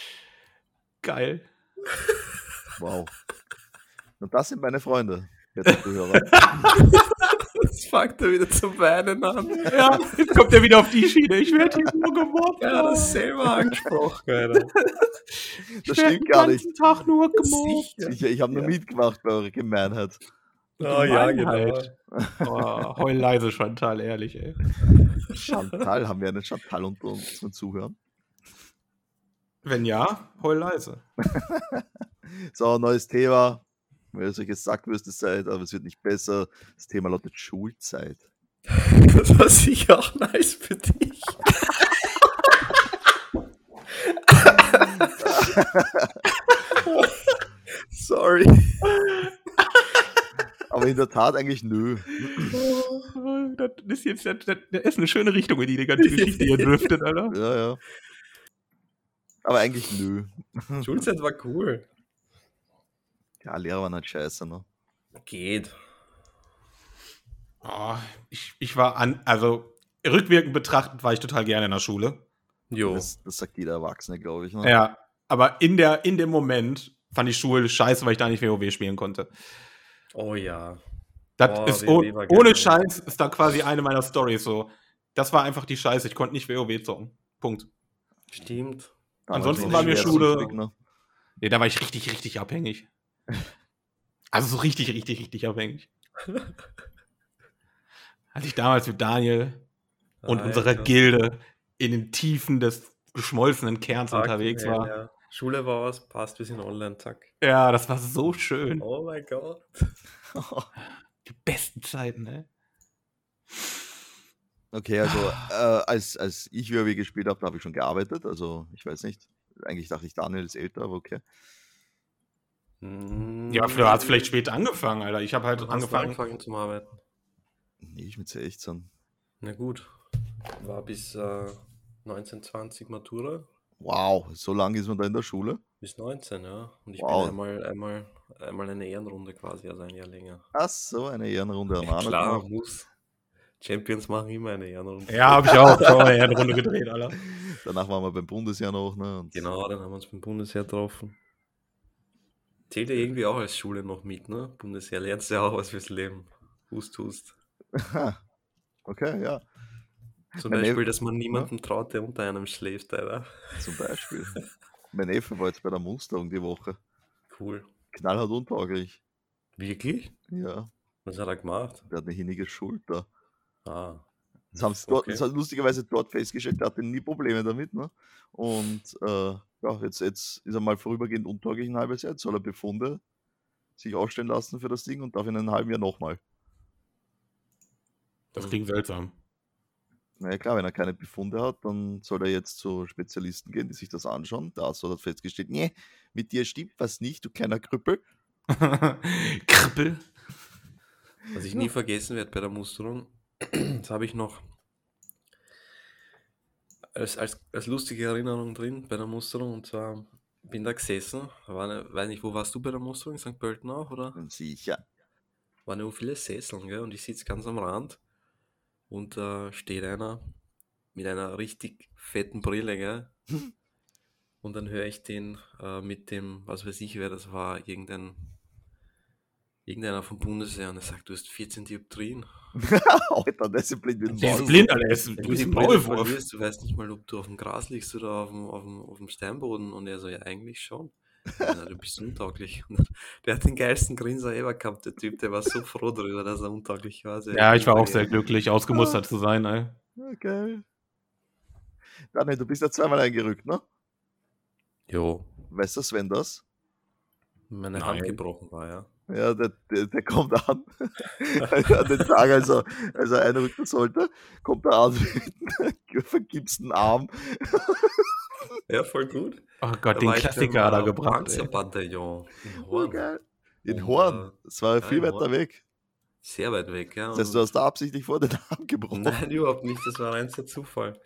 Geil. Wow. Und das sind meine Freunde. Jetzt Zuhörer. Jetzt fängt er wieder zu weinen an. Ja, jetzt kommt er wieder auf die Schiene. Ich werde hier nur gemobbt. Ja, Alter. das selber angesprochen, Alter. Ich Das werd stimmt gar den nicht. ganzen Tag nur gemobbt. Sicher. Ich, ich habe nur Ja. mitgemacht bei eurer Gemeinheit. Oh, ja, genau. Gemeinheit. Oh, heul leise, Chantal, ehrlich, ey. Chantal, haben wir einen Chantal unter uns zum Zuhören? Wenn ja, heul leise. So, neues Thema. Wenn ihr euch gesagt Würstezeit, aber es wird nicht besser. Das Thema lautet Schulzeit. Das war sicher auch nice für dich. Sorry. Aber in der Tat eigentlich nö. Oh. Das ist jetzt das, das das ist eine schöne Richtung, in die die ganze Geschichte hier driftet, Alter. Ja, ja. Aber eigentlich nö. Schulzeit war cool. Ja, Lehrer waren halt scheiße, ne? Geht. Oh, ich, ich war an, also rückwirkend betrachtet war ich total gerne in der Schule. Jo. Das, das sagt jeder Erwachsene, glaube ich. Ne? Ja, aber in, der, in dem Moment fand ich Schule scheiße, weil ich da nicht WoW spielen konnte. Oh ja. Das Boah, ist WoW oh, war geil. ohne Scheiß ist da quasi eine meiner Stories so. Das war einfach die Scheiße. Ich konnte nicht WoW zocken. Punkt. Stimmt. Damals ansonsten noch war mir schwer Schule- zugänglich, ne? Nee, da war ich richtig, richtig abhängig. Also so richtig, richtig, richtig abhängig. Als ich damals mit Daniel Ah, und unserer Alter. Gilde in den Tiefen des geschmolzenen Kerns Fuck, unterwegs ey, war. Ja. Schule war aus, passt, wir sind online, zack. Ja, das war so schön. Oh mein Gott. Die besten Zeiten, ne? Okay, also äh, als, als ich WoW gespielt habe, da habe ich schon gearbeitet. Also ich weiß nicht. Eigentlich dachte ich, Daniel ist älter, aber okay. Ja, du hast vielleicht später angefangen, Alter. Ich habe halt Hast du angefangen. angefangen zum Arbeiten. Nee, ich mit 16. Na gut. War bis äh, 19, 20 Matura. Wow, so lange ist man da in der Schule? Bis 19, ja. Und ich Wow. bin einmal, einmal, einmal eine Ehrenrunde quasi, also ein Jahr länger. Ach so, eine Ehrenrunde an Ja, Arnold. Klar, gemacht. muss. Champions machen immer eine Ehrenrunde. Ja, habe ich auch schon mal eine Runde gedreht, Alter. Danach waren wir beim Bundesjahr noch. Ne? Und Genau, dann haben wir uns beim Bundesheer getroffen. Zählt ja irgendwie auch als Schule noch mit, ne? Bundesheer lernst ja auch was fürs Leben. Hust, hust. Okay, ja, Zum Mein Beispiel, Neffe- dass man niemandem traut, der unter einem schläft, Alter. zum Beispiel. mein Neffe war jetzt bei der Musterung die Woche. Cool. Knallhart untauglich. Wirklich? Ja, Was hat er gemacht? der hat eine hinnige Schulter. Ah. Das haben sie dort, Okay. das hat lustigerweise dort festgestellt, der hatte nie Probleme damit. Ne? Und äh, ja, jetzt, jetzt ist er mal vorübergehend untauglich ein halbes Jahr. Jetzt soll er Befunde sich ausstellen lassen für das Ding und darf in einem halben Jahr nochmal. Das klingt seltsam. Naja, klar, wenn er keine Befunde hat, dann soll er jetzt zu Spezialisten gehen, die sich das anschauen. Der Arzt hat festgestellt: Nee, mit dir stimmt was nicht, du kleiner Krüppel. Krippel. Was ich nie vergessen werde bei der Musterung, das habe ich noch als, als, als lustige Erinnerung drin bei der Musterung. Und zwar bin da gesessen, war eine, weiß nicht, wo warst du bei der Musterung? In St. Pölten auch, oder? Und sicher. waren ja viele Sesseln, gell? Und ich sitze ganz am Rand und da steht einer mit einer richtig fetten Brille, gell? und dann höre ich den äh, mit dem, was weiß ich, wer das war, irgendein, irgendeiner vom Bundesheer und er sagt, du hast 14 Dioptrien. Alter, der ist blind wie ein Der ist Maulwurf. blind, Alter. Der ist, du Wenn du bist die ein Brille Maulwurf. verlierst, du weißt nicht mal, ob du auf dem Gras liegst oder auf dem, auf dem, auf dem Steinboden. Und er so, ja, eigentlich schon. Ja, du bist untauglich. Und der hat den geilsten Grinser ever gehabt, der Typ, der war so froh darüber, dass er untauglich war. Also er Ja, hat ich war auch unter- sehr glücklich, ausgemustert Ah. zu sein, ey. Ja, geil. Daniel, du bist ja zweimal eingerückt, ne? Jo, Weiß der Sven das? meine Nein. Hand gebrochen war, ja. Ja, der, der, der kommt an. an den Tag, als er, als er einrücken sollte, kommt er an mit einem vergipsten Arm. Ja, voll gut. Oh Gott, den Klassiker hat er äh, gebracht, ey. Panzerbataillon. in Oh, Horn. geil. In Und, Horn. äh, Das war ja ja, viel in weiter Horn. weg. Sehr weit weg, ja. Das heißt, du Und- hast da absichtlich vor den Arm gebrochen. Nein, überhaupt nicht, das war reinster Zufall.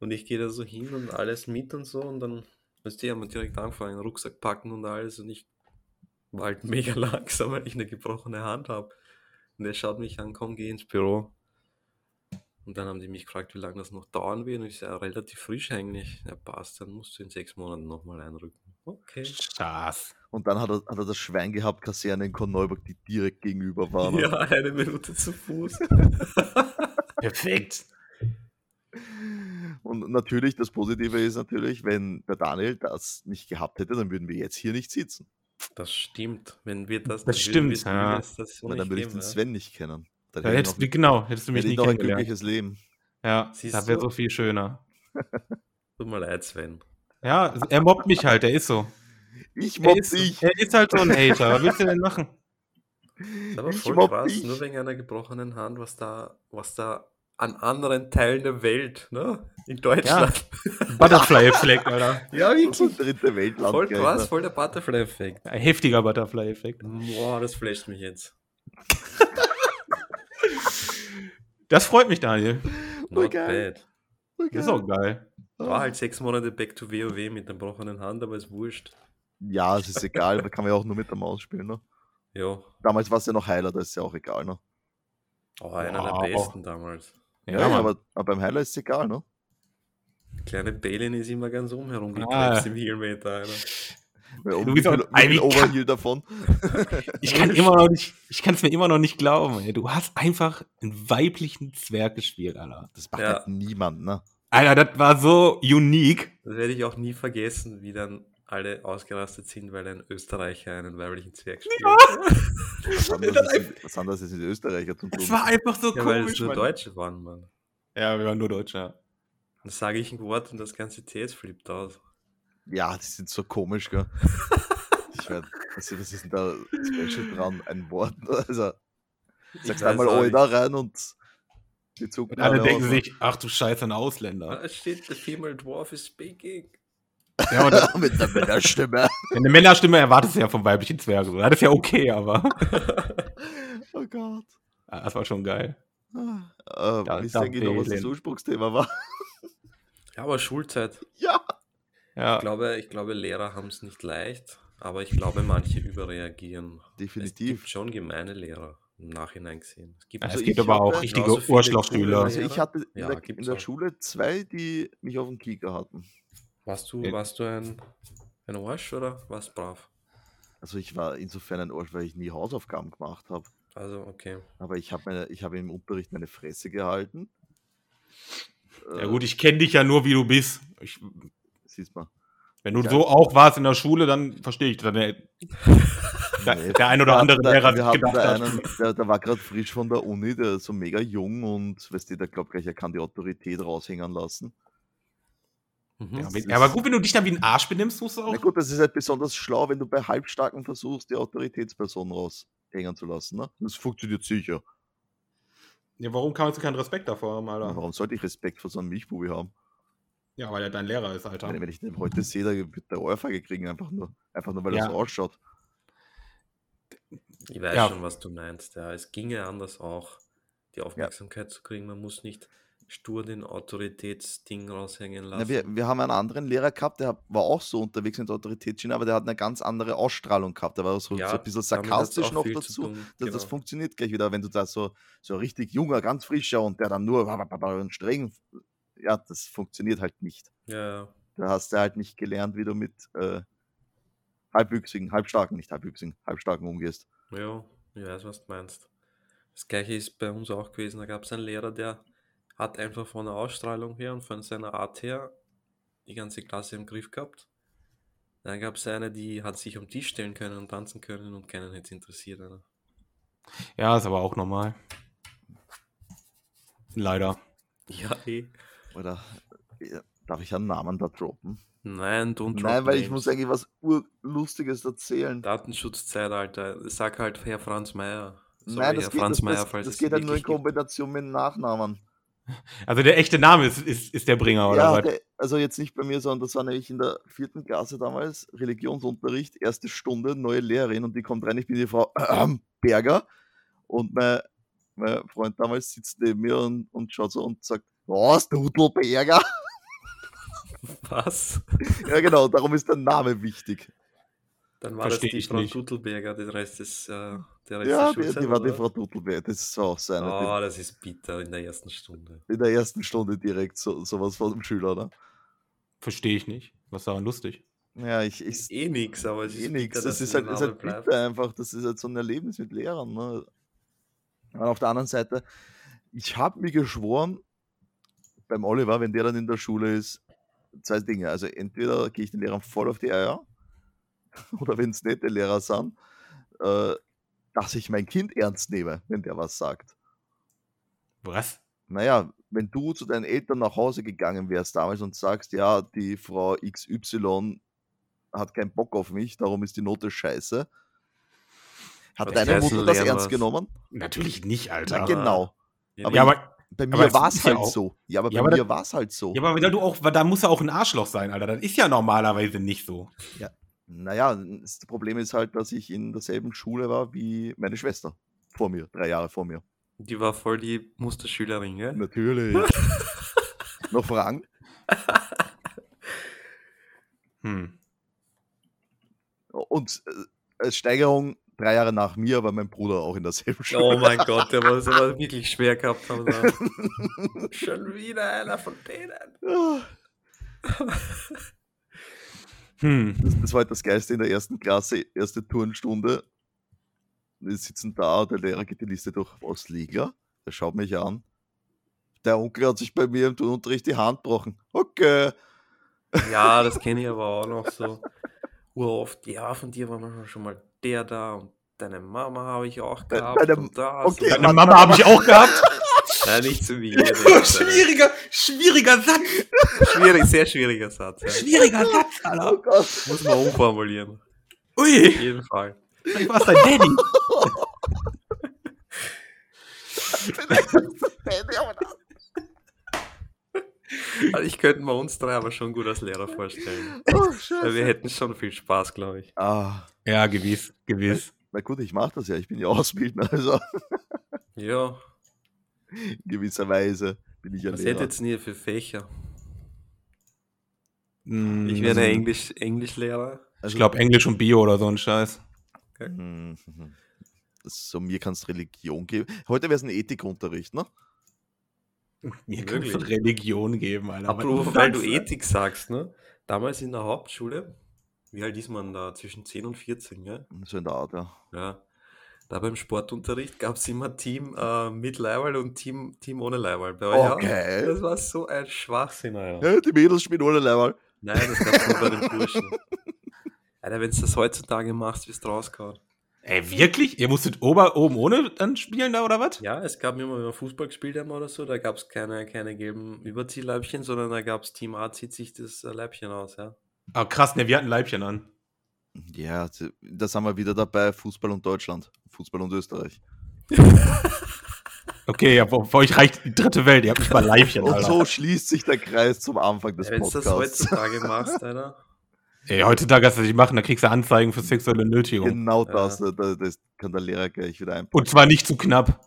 Und ich gehe da so hin und alles mit und so und dann, weißt du, haben wir direkt angefangen, Rucksack packen und alles und ich war halt mega langsam, weil ich eine gebrochene Hand habe. Und er schaut mich an, komm, geh ins Büro. Und dann haben die mich gefragt, wie lange das noch dauern wird und ich sage, relativ frisch eigentlich. Ja, passt, dann musst du in sechs Monaten nochmal einrücken. Okay. Schaß. Und dann hat er, hat er das Schwein gehabt, Kaserne in Korneuburg, die direkt gegenüber war. Ja, eine Minute zu Fuß. Perfekt. Und natürlich, das Positive ist natürlich, wenn der Daniel das nicht gehabt hätte, dann würden wir jetzt hier nicht sitzen. Das stimmt. Wenn wir das, Das dann stimmt, wissen, ja. dass das so Weil dann nicht würde ich geben, den ja. Sven nicht kennen. Dann Da hätte ich noch, hättest du, genau, hättest du mich hätte ich nicht noch ein kennengelernt. glückliches Leben. Ja, Siehst das wäre du? so viel schöner. Tut mir leid, Sven. Ja, er mobbt mich halt, der ist so. Ich Er mobb ist, dich. er ist halt so ein Hater. Was willst du denn machen? Ist aber Ich voll mobb krass, dich. nur wegen einer gebrochenen Hand, was da, was da an anderen Teilen der Welt, ne? In Deutschland. Butterfly-Effekt, Alter. Ja, Das ist ein dritte Weltland. Voll gell, krass, ne? voll der Butterfly-Effekt. Ein heftiger Butterfly-Effekt. Boah, das flasht mich jetzt. Das freut mich, Daniel. Not geil. bad. Das ist auch geil. Ah. War halt sechs Monate back to WoW mit der gebrochenen Hand, aber ist wurscht. Ja, es ist egal, da kann man ja auch nur mit der Maus spielen. Ne? Jo. Damals war es ja noch Heiler, da ist ja auch egal. Ne? Oh, einer Wow. der besten damals. Ja, Ja, Mann. aber, aber beim Heiler ist es egal. Ne? Kleine Balin ist immer ganz oben Ah. herumgekrebst im Heelmeter, Alter. Weil Du um wie bist viel, auch- Ey, wie viel wie kann- Overheal davon? ich kann immer noch nicht, ich kann es mir immer noch nicht glauben. Ey. Du hast einfach einen weiblichen Zwerg gespielt, Alter. Das macht Ja. halt niemand. Ne? Alter, das war so unique. Das werde ich auch nie vergessen, wie dann alle ausgerastet sind, weil ein Österreicher einen weiblichen Zwerg spielt. Ja, Was haben das, jetzt mit- was haben das jetzt mit Österreicher zu tun? Es war einfach so weil es komisch. nur Mann. Deutsche waren, Mann. Ja, wir waren nur Deutscher. Dann sage ich ein Wort und das ganze TS flippt aus. Ja, die sind so komisch, gell? ich mein, was, ist- was ist denn da special dran? Ein Wort? Also, sagst weiß einmal auch Oi nicht. da rein und die Zucken Und alle alle denken aus. sich, ach du Scheiße, ein Ausländer. Ah, steht, the female dwarf is speaking. Ja, aber das, ne? mit der Männerstimme. eine Männerstimme erwartest du ja vom weiblichen Zwerg. so. Das ist ja okay, aber. Oh Gott. Ah, Das war schon geil. Ah, Äh, Ja, wisst da ihr eigentlich noch, was das fehlen. Ursprungsthema war? Ja, aber Schulzeit. ja. Ja. Ah. Ich glaube, ich glaube Lehrer haben es nicht leicht, aber ich glaube, manche überreagieren. Es gibt Definitiv. schon gemeine Lehrer. im Nachhinein gesehen. Es gibt Ja, Also es gibt ich aber habe- auch richtige Genauso viele Urschlauchschüler. Also ich hatte in, Ja, der, gibt's in der auch. Schule zwei, die mich auf den Kieker hatten. Warst du, Ja. warst du ein, ein Arsch oder warst brav? Also ich war insofern ein Arsch, weil ich nie Hausaufgaben gemacht habe. Also, okay. Aber ich habe hab im Unterricht meine Fresse gehalten. Ja gut, ich kenne dich ja nur, wie du bist. Ich, Siehst mal. wenn du Ja. so auch warst in der Schule, dann verstehe ich. Dann, der, Nee, der ein oder wir andere hatten da- Lehrer wir hatten gedacht da hat. einen, der, der war gerade frisch von der Uni, der ist so mega jung und weißt du, der glaubt gleich, er kann die Autorität raushängen lassen. Mhm. Ja, wenn, ja, aber gut, wenn du dich dann wie ein Arsch benimmst, musst du auch. Na gut, das ist halt besonders schlau, wenn du bei Halbstarken versuchst, die Autoritätsperson raushängen zu lassen. Ne? Das funktioniert sicher. Ja, warum kannst du keinen Respekt davor haben, Na, Alter? Warum sollte ich Respekt vor so einem Milchbubi haben? Ja, weil er dein Lehrer ist, Alter. Wenn, wenn ich den heute sehe, da wird der Ohrfeige kriegen, einfach nur, einfach nur weil Ja. er so ausschaut. Ich weiß Ja. schon, was du meinst. Ja, es ginge anders auch, die Aufmerksamkeit zu kriegen. Man muss nicht stur den Autoritätsding raushängen lassen. Na, wir, wir haben einen anderen Lehrer gehabt, der war auch so unterwegs in der Autoritätsschiene, aber der hat eine ganz andere Ausstrahlung gehabt. Der war so, so ein bisschen damit hat's sarkastisch auch noch viel zu dazu. tun, Das, genau. das funktioniert gleich wieder, wenn du da so, so ein richtig junger, ganz frischer und der dann nur babababa und streng. Ja, das funktioniert halt nicht. ja, ja. Da hast du halt nicht gelernt, wie du mit äh, halbwüchsigen, halbstarken, nicht halbwüchsigen, halbstarken umgehst. Ja, ich weiß, was du meinst. Das gleiche ist bei uns auch gewesen. Da gab es einen Lehrer, der hat einfach von der Ausstrahlung her und von seiner Art her die ganze Klasse im Griff gehabt. Dann gab es eine, die hat sich am Tisch stellen können und tanzen können und keinen hätte interessiert. Alter. Ja, ist aber auch normal. Leider. Ja, eh. Oder äh, darf ich einen Namen da droppen? Nein, don't drop Nein, weil ich names. muss eigentlich was Urlustiges erzählen. Datenschutzzeitalter. Sag halt Herr Franz Mayer. Sorry, Nein, das Herr geht, Franz das, Mayer, das, falls das es geht ihn ja nur in wirklich gibt. Kombination mit Nachnamen. Also der echte Name ist, ist, ist der Bringer, oder halt ja, was? der, also jetzt nicht bei mir, sondern das war nämlich in der vierten Klasse damals, Religionsunterricht, erste Stunde, neue Lehrerin und die kommt rein, ich bin die Frau Berger und mein, mein Freund damals sitzt neben mir und, und schaut so und sagt, was, Dudelberger? Was? ja genau, darum ist der Name wichtig. Dann war das Versteh die ich Frau nicht. Dudelberger, den Rest des, äh, der Rest ja, der die, Schulzeit, die war die oder? Frau Dudelberger, das war auch seine. Oh, das ist bitter in der ersten Stunde. die, in der ersten Stunde direkt so, sowas von dem Schüler, ne? Verstehe ich nicht. Was ist daran lustig? Ja, ich, ich, Ist eh nix, aber es ist eh nichts. bitter, Das dass ist dieser halt, ist Name halt bleibt. bitter einfach. Das ist halt so ein Erlebnis mit Lehrern. Ne? Aber auf der anderen Seite, ich habe mir geschworen, beim Oliver, wenn der dann in der Schule ist, zwei Dinge. Also entweder gehe ich den Lehrern voll auf die Eier, oder wenn es nette Lehrer sind, äh, dass ich mein Kind ernst nehme, wenn der was sagt. Was? Naja, wenn du zu deinen Eltern nach Hause gegangen wärst damals und sagst, ja, die Frau XY hat keinen Bock auf mich, darum ist die Note scheiße. Hat Was deine heißen Mutter das lernen ernst was? genommen? Natürlich nicht, Alter. Na, Ja. genau. Ja, Aber- ja, aber, Bei Aber mir es war es ist ja halt auch- so. Ja, aber bei Ja, aber mir war es halt so. ja, aber wenn du auch, da musst du auch ein Arschloch sein, Alter. Das ist ja normalerweise nicht so. Naja, das Problem ist halt, dass ich in derselben Schule war wie meine Schwester. Vor mir, drei Jahre vor mir. die war voll die Musterschülerin, gell? Natürlich. Noch Fragen? Hm. Und äh, als Steigerung, drei Jahre nach mir war mein Bruder auch in derselben Schule. Oh mein Gott, der muss aber wirklich schwer gehabt haben. Da. Schon wieder einer von denen. Ja. Hm. Das, das war halt das Geilste in der ersten Klasse, erste Turnstunde. Wir sitzen da, der Lehrer geht die Liste durch. Was, Liga? Der schaut mich an. Der Onkel hat sich bei mir im Turnunterricht die Hand gebrochen. Okay. Ja, das kenne ich aber auch noch so. Uroft, ja, von dir war manchmal schon mal der da und deine Mama habe ich auch Bei- gehabt. bei der- und das Äh, okay. und- Deine Mama habe ich auch gehabt. Nein, nicht zu mir. das ist äh, schwieriger Satz. ein Schwierig, sehr schwieriger Satz. Ja. Schwieriger Satz, Oh Alter. Gott. Muss man umformulieren. Auf Ui, jeden Fall. vielleicht war es dein Daddy. Also ich könnte mir uns drei aber schon gut als Lehrer vorstellen. Oh, Weil Scheiße. wir hätten schon viel Spaß, glaube ich. Ah, Ja, gewiss, gewiss. na gut, ich mache das ja. Ich bin ja Ausbildner, also Ja, in gewisser Weise bin ich ja was Lehrer. hättet ihr für Fächer? Hm, Mhm. Ich wäre Englisch, Also, Englischlehrer. Ich glaube Englisch und Bio oder so ein Scheiß. Mhm. so mir kann es Religion geben. Heute wäre es ein Ethikunterricht, ne? Mir kann es Wirklich? Religion geben, Alter. Apropos, Was weil ist du das, ne? Ethik sagst, ne? Damals in der Hauptschule, wie alt ist man da? Zwischen 10 und 14, gell? So in der Art, ja. Ja. Da beim Sportunterricht gab es immer Team äh, mit Leiberl und Team, Team ohne Leiberl. Bei euch auch? Okay. Das war so ein Schwachsinn, Alter. Ja, die Mädels spielen ohne Leiberl. Nein, das gab's nur bei den Burschen. Alter, wenn du das heutzutage machst, wirst du rausgehauen. Ey, wirklich? Ihr musstet Ober oben ohne dann spielen da oder was? Ja, es gab immer, wenn wir Fußball gespielt haben oder so, da gab es keine, keine gelben Überziehleibchen, sondern da gab es Team A zieht sich das äh, Leibchen aus, ja. Ah, krass, ne, wir hatten Leibchen an. Ja, also, da sind wir wieder dabei, Fußball und Deutschland. Fußball und Österreich. Okay, ja, bei bei euch reicht die dritte Welt, ihr habt nicht mal Leibchen, Und Alter. so schließt sich der Kreis zum Anfang des Wenn du das Podcasts. heutzutage machst, Alter. Ey, heutzutage hast du das nicht machen, da kriegst du Anzeigen für sexuelle Nötigung. Genau Ja. das, ne, da- das kann der Lehrer gleich wieder ein. Und zwar nicht zu knapp.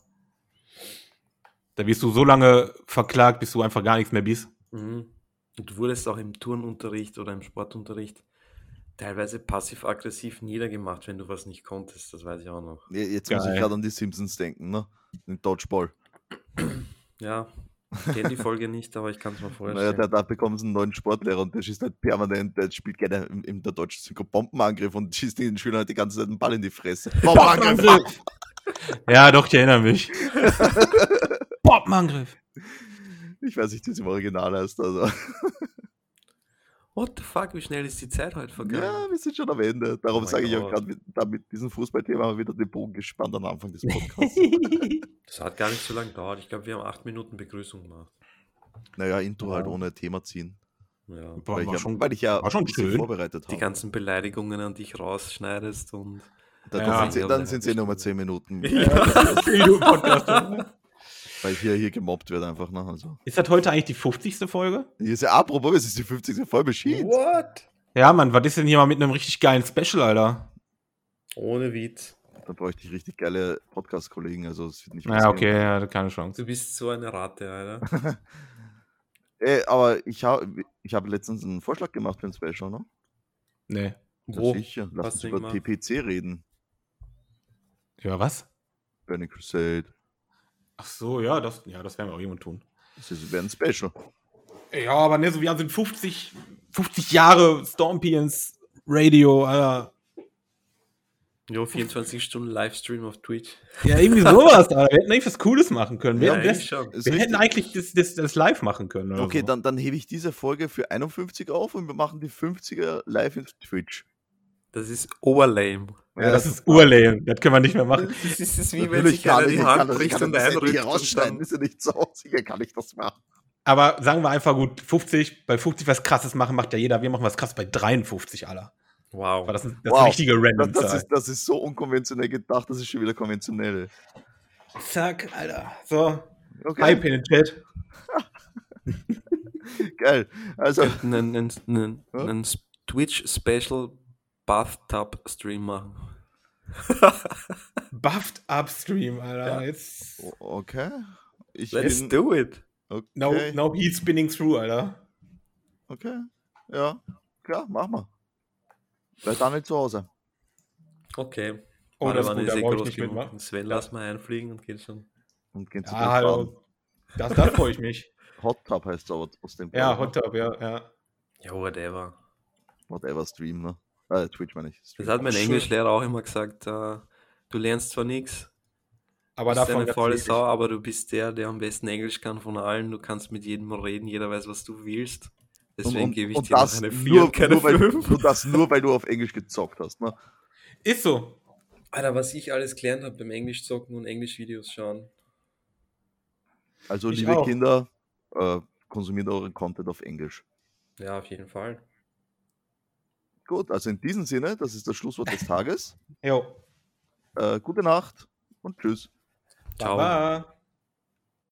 Da wirst du so lange verklagt, bis du einfach gar nichts mehr bist. Mhm. Und du wurdest auch im Turnunterricht oder im Sportunterricht teilweise passiv-aggressiv niedergemacht, wenn du was nicht konntest, das weiß ich auch noch. Ja, Jetzt muss Geil. ich gerade an die Simpsons denken, ne? Den Dodgeball. Ja, ich kenne die Folge nicht, aber ich kann es mir Naja, vorstellen. der, da bekommt einen neuen Sportlehrer und der schießt halt permanent, der spielt gerne in, in der deutschen Synchro Bombenangriff und schießt den Schülern halt die ganze Zeit einen Ball in die Fresse. Bombenangriff! ah! Ja, doch, ich erinnere mich. Bombenangriff. Ich weiß nicht, wie es im Original heißt. Also. What the fuck, wie schnell ist die Zeit heute Ja, vergangen? wir sind schon am Ende. Oh Darum mein sage ich auch Gott. gerade, mit, da mit diesem Fußballthema haben wir wieder den Bogen gespannt am Anfang des Podcasts. Das hat gar nicht so lange gedauert. Ich glaube, wir haben acht Minuten Begrüßung gemacht. naja, Intro halt Ja. ohne Thema ziehen. Ja. Boah, weil, ich war ja, schon, weil ich ja war schon ein bisschen schön. vorbereitet Die habe. ganzen Beleidigungen an dich rausschneidest und. Dann, Ja. sind sie, dann sind sie eh nur mal 10 Minuten, weil ich hier, hier gemobbt werde einfach. Ne? Also. ist das heute eigentlich die 50. Folge? Hier ist ja apropos, es ist die 50. voll beschieden. What? Ja, Mann, was ist denn hier mal mit einem richtig geilen Special, Alter? Ohne Witz. Da bräuchte ich richtig geile Podcast-Kollegen. Also, es wird nicht Naja, passieren. okay, ja, keine Chance. Du bist so eine Ratte, Alter. Äh, aber ich habe ich hab letztens einen Vorschlag gemacht für ein Special, ne? Nee. Ja, sicher. Lass Oh, Hast uns du über gemacht? TPC reden. Über was? Burning Crusade. Ach so, ja, das, ja, das werden wir auch jemand tun. Das ist, wäre ein Special. Ja, aber ne, so wir sind 50, 50 Jahre Stormpions Radio, Alter. Jo, 24 Stunden Livestream auf Twitch. Ja, irgendwie sowas, Alter. Wir hätten eigentlich was Cooles machen können. Wir, Ja, hätten, eigentlich das, schon. Ist wir hätten richtig. eigentlich das, das, das live machen können. Oder okay, so. dann, dann hebe ich diese Folge für 51 auf und wir machen die 50er live in Twitch. Das ist oberlame. Ja, das, ist urlame. Das können wir nicht mehr machen. Das ist, wie wenn Natürlich sich kann einer die ich kann Hand das- ich bricht kann und das nicht einrückt. hier und rausschneiden, dann- ist ja nicht so. Sicher kann ich das machen. Aber sagen wir einfach gut, 50, bei 50 was krasses machen, macht ja jeder. Wir machen was krasses bei 53, Alter. Wow. War das ein, das Wow. richtige Das, random das, Zahl. ist, das ist so unkonventionell gedacht, das ist schon wieder konventionell. Zack, Alter. So, Okay, Hype in den Chat. geil. Also, könnten einen, einen, einen, Ja? einen S- Twitch-Special Bathtub-Stream machen. Buffed Upstream, Alter. Ja. Jetzt, o- okay. Ich Let's bin, do it. okay. now, now he's spinning through, Alter. Okay. Ja, klar, mach mal. Bleib da nicht zu Hause. Okay. Oh, das ist Badewanne gut, da eh brauche ich groß nicht genug. mitmachen. Sven, Ja. lass mal einfliegen und geht schon. Und gehen zu Ja, dritt baden. hallo. Das, das freue ich mich. Hot Tub heißt aber trotzdem. Ja, glaub ich, Hot Tub, ja, ja. Ja, whatever. ne? Whatever Stream, ne? Äh, Twitch meine ich. Das Stream. hat mein Schön. Englischlehrer auch immer gesagt. äh, du lernst zwar nichts, Aber bist davon eine ganz faule wenig. Sau, aber du bist der, der am besten Englisch kann von allen. Du kannst mit jedem reden, jeder weiß, was du willst. Um, Deswegen gebe ich dir noch eine 4 nur, und keine nur, weil, 5. und das nur, weil du auf Englisch gezockt hast, ne? Ist so. Alter, was ich alles gelernt habe beim Englisch zocken und Englischvideos schauen. Also, Ich liebe auch. Kinder, äh, konsumiert euren Content auf Englisch. Ja, auf jeden Fall. Gut, also in diesem Sinne, das ist das Schlusswort des Tages. Jo. Äh, gute Nacht und tschüss. Ciao. Baba.